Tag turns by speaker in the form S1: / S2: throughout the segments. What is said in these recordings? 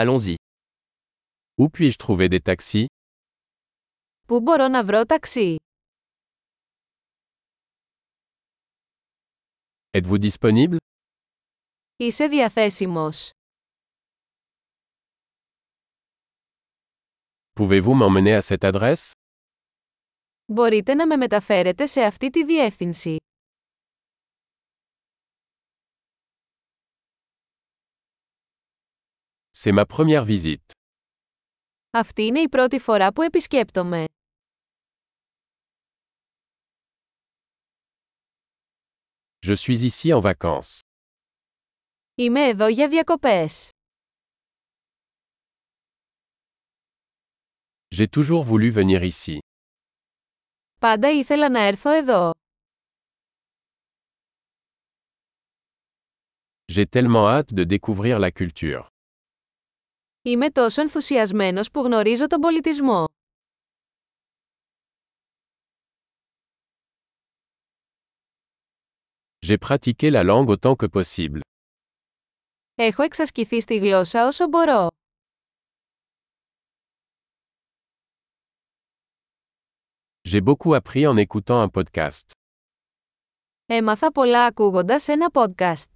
S1: Allons-y. Où puis-je trouver des taxis
S2: Πού μπορώ να βρω ταξί?
S1: Êtes-vous disponible
S2: Είσαι διαθέσιμος.
S1: Pouvez-vous m'emmener à cette adresse
S2: Μπορείτε να με μεταφέρετε σε αυτή τη διεύθυνση.
S1: C'est ma première visite.
S2: Αυτή είναι η πρώτη φορά που επισκέπτομαι.
S1: Je suis ici en vacances.
S2: Είμαι εδώ για διακοπές.
S1: J'ai toujours voulu venir ici.
S2: Πάντα ήθελα να έρθω εδώ.
S1: J'ai tellement hâte de découvrir la culture.
S2: Είμαι τόσο ενθουσιασμένος που γνωρίζω τον πολιτισμό.
S1: J'ai pratiqué la langue autant que possible.
S2: Έχω εξασκηθεί στη γλώσσα όσο μπορώ.
S1: J'ai beaucoup appris en écoutant un podcast.
S2: Έμαθα πολλά ακούγοντας ένα podcast.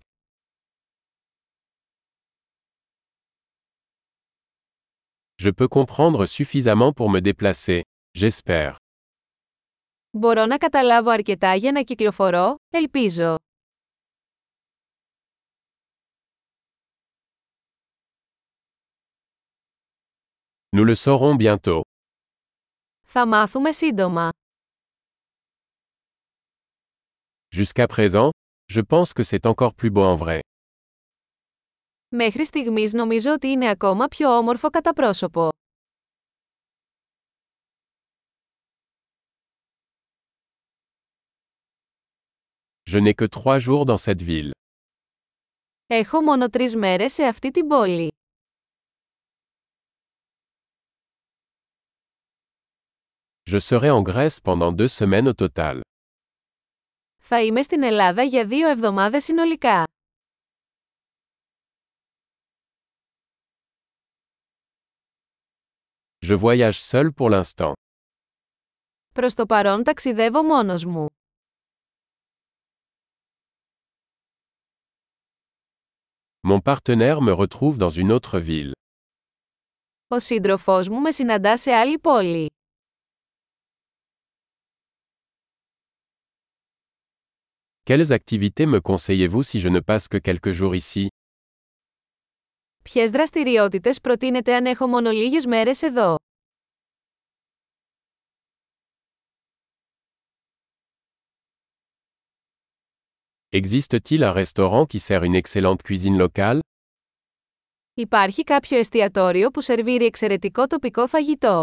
S1: Je peux comprendre suffisamment pour me déplacer, j'espère.
S2: Μπορώ να καταλάβω αρκετά για να κυκλοφορώ, ελπίζω.
S1: Nous le saurons bientôt.
S2: Θα μάθουμε σύντομα.
S1: Jusqu'à présent, je pense que c'est encore plus beau en vrai.
S2: Μέχρι στιγμής νομίζω ότι είναι ακόμα πιο όμορφο κατά πρόσωπο.
S1: Je n'ai que trois jours dans cette ville.
S2: Έχω μόνο τρεις μέρες σε αυτή την πόλη.
S1: Je serai en Grèce pendant deux semaines au total.
S2: Θα είμαι στην Ελλάδα για δύο εβδομάδες συνολικά.
S1: Je voyage seul pour l'instant.
S2: Προς το παρόν ταξιδεύω μόνος μου.
S1: Mon partenaire me retrouve dans une autre ville.
S2: Ο σύντροφός μου με συναντά σε άλλη πόλη.
S1: Quelles activités me conseillez-vous si je ne passe que quelques jours ici
S2: Ποιες δραστηριότητες προτείνετε αν έχω μόνο λίγες μέρες εδώ.
S1: Existe-t-il un restaurant qui sert une excellente cuisine locale
S2: Υπάρχει κάποιο εστιατόριο που σερβίρει εξαιρετικό τοπικό φαγητό.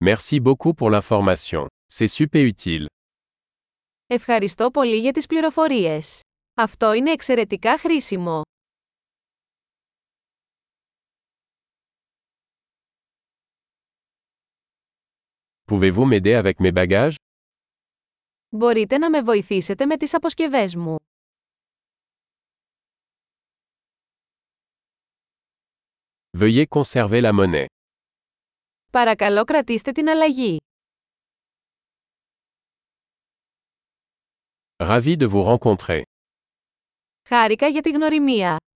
S1: Merci beaucoup pour l'information. C'est super utile.
S2: Ευχαριστώ πολύ για τις πληροφορίες. Αυτό είναι εξαιρετικά χρήσιμο.
S1: Pouvez-vous m'aider avec mes bagages
S2: Μπορείτε να με βοηθήσετε με τις αποσκευές μου.
S1: Veuillez conserver la monnaie.
S2: Παρακαλώ κρατήστε την αλλαγή.
S1: Ravi de vous rencontrer.
S2: Χάρηκα για τη γνωριμία.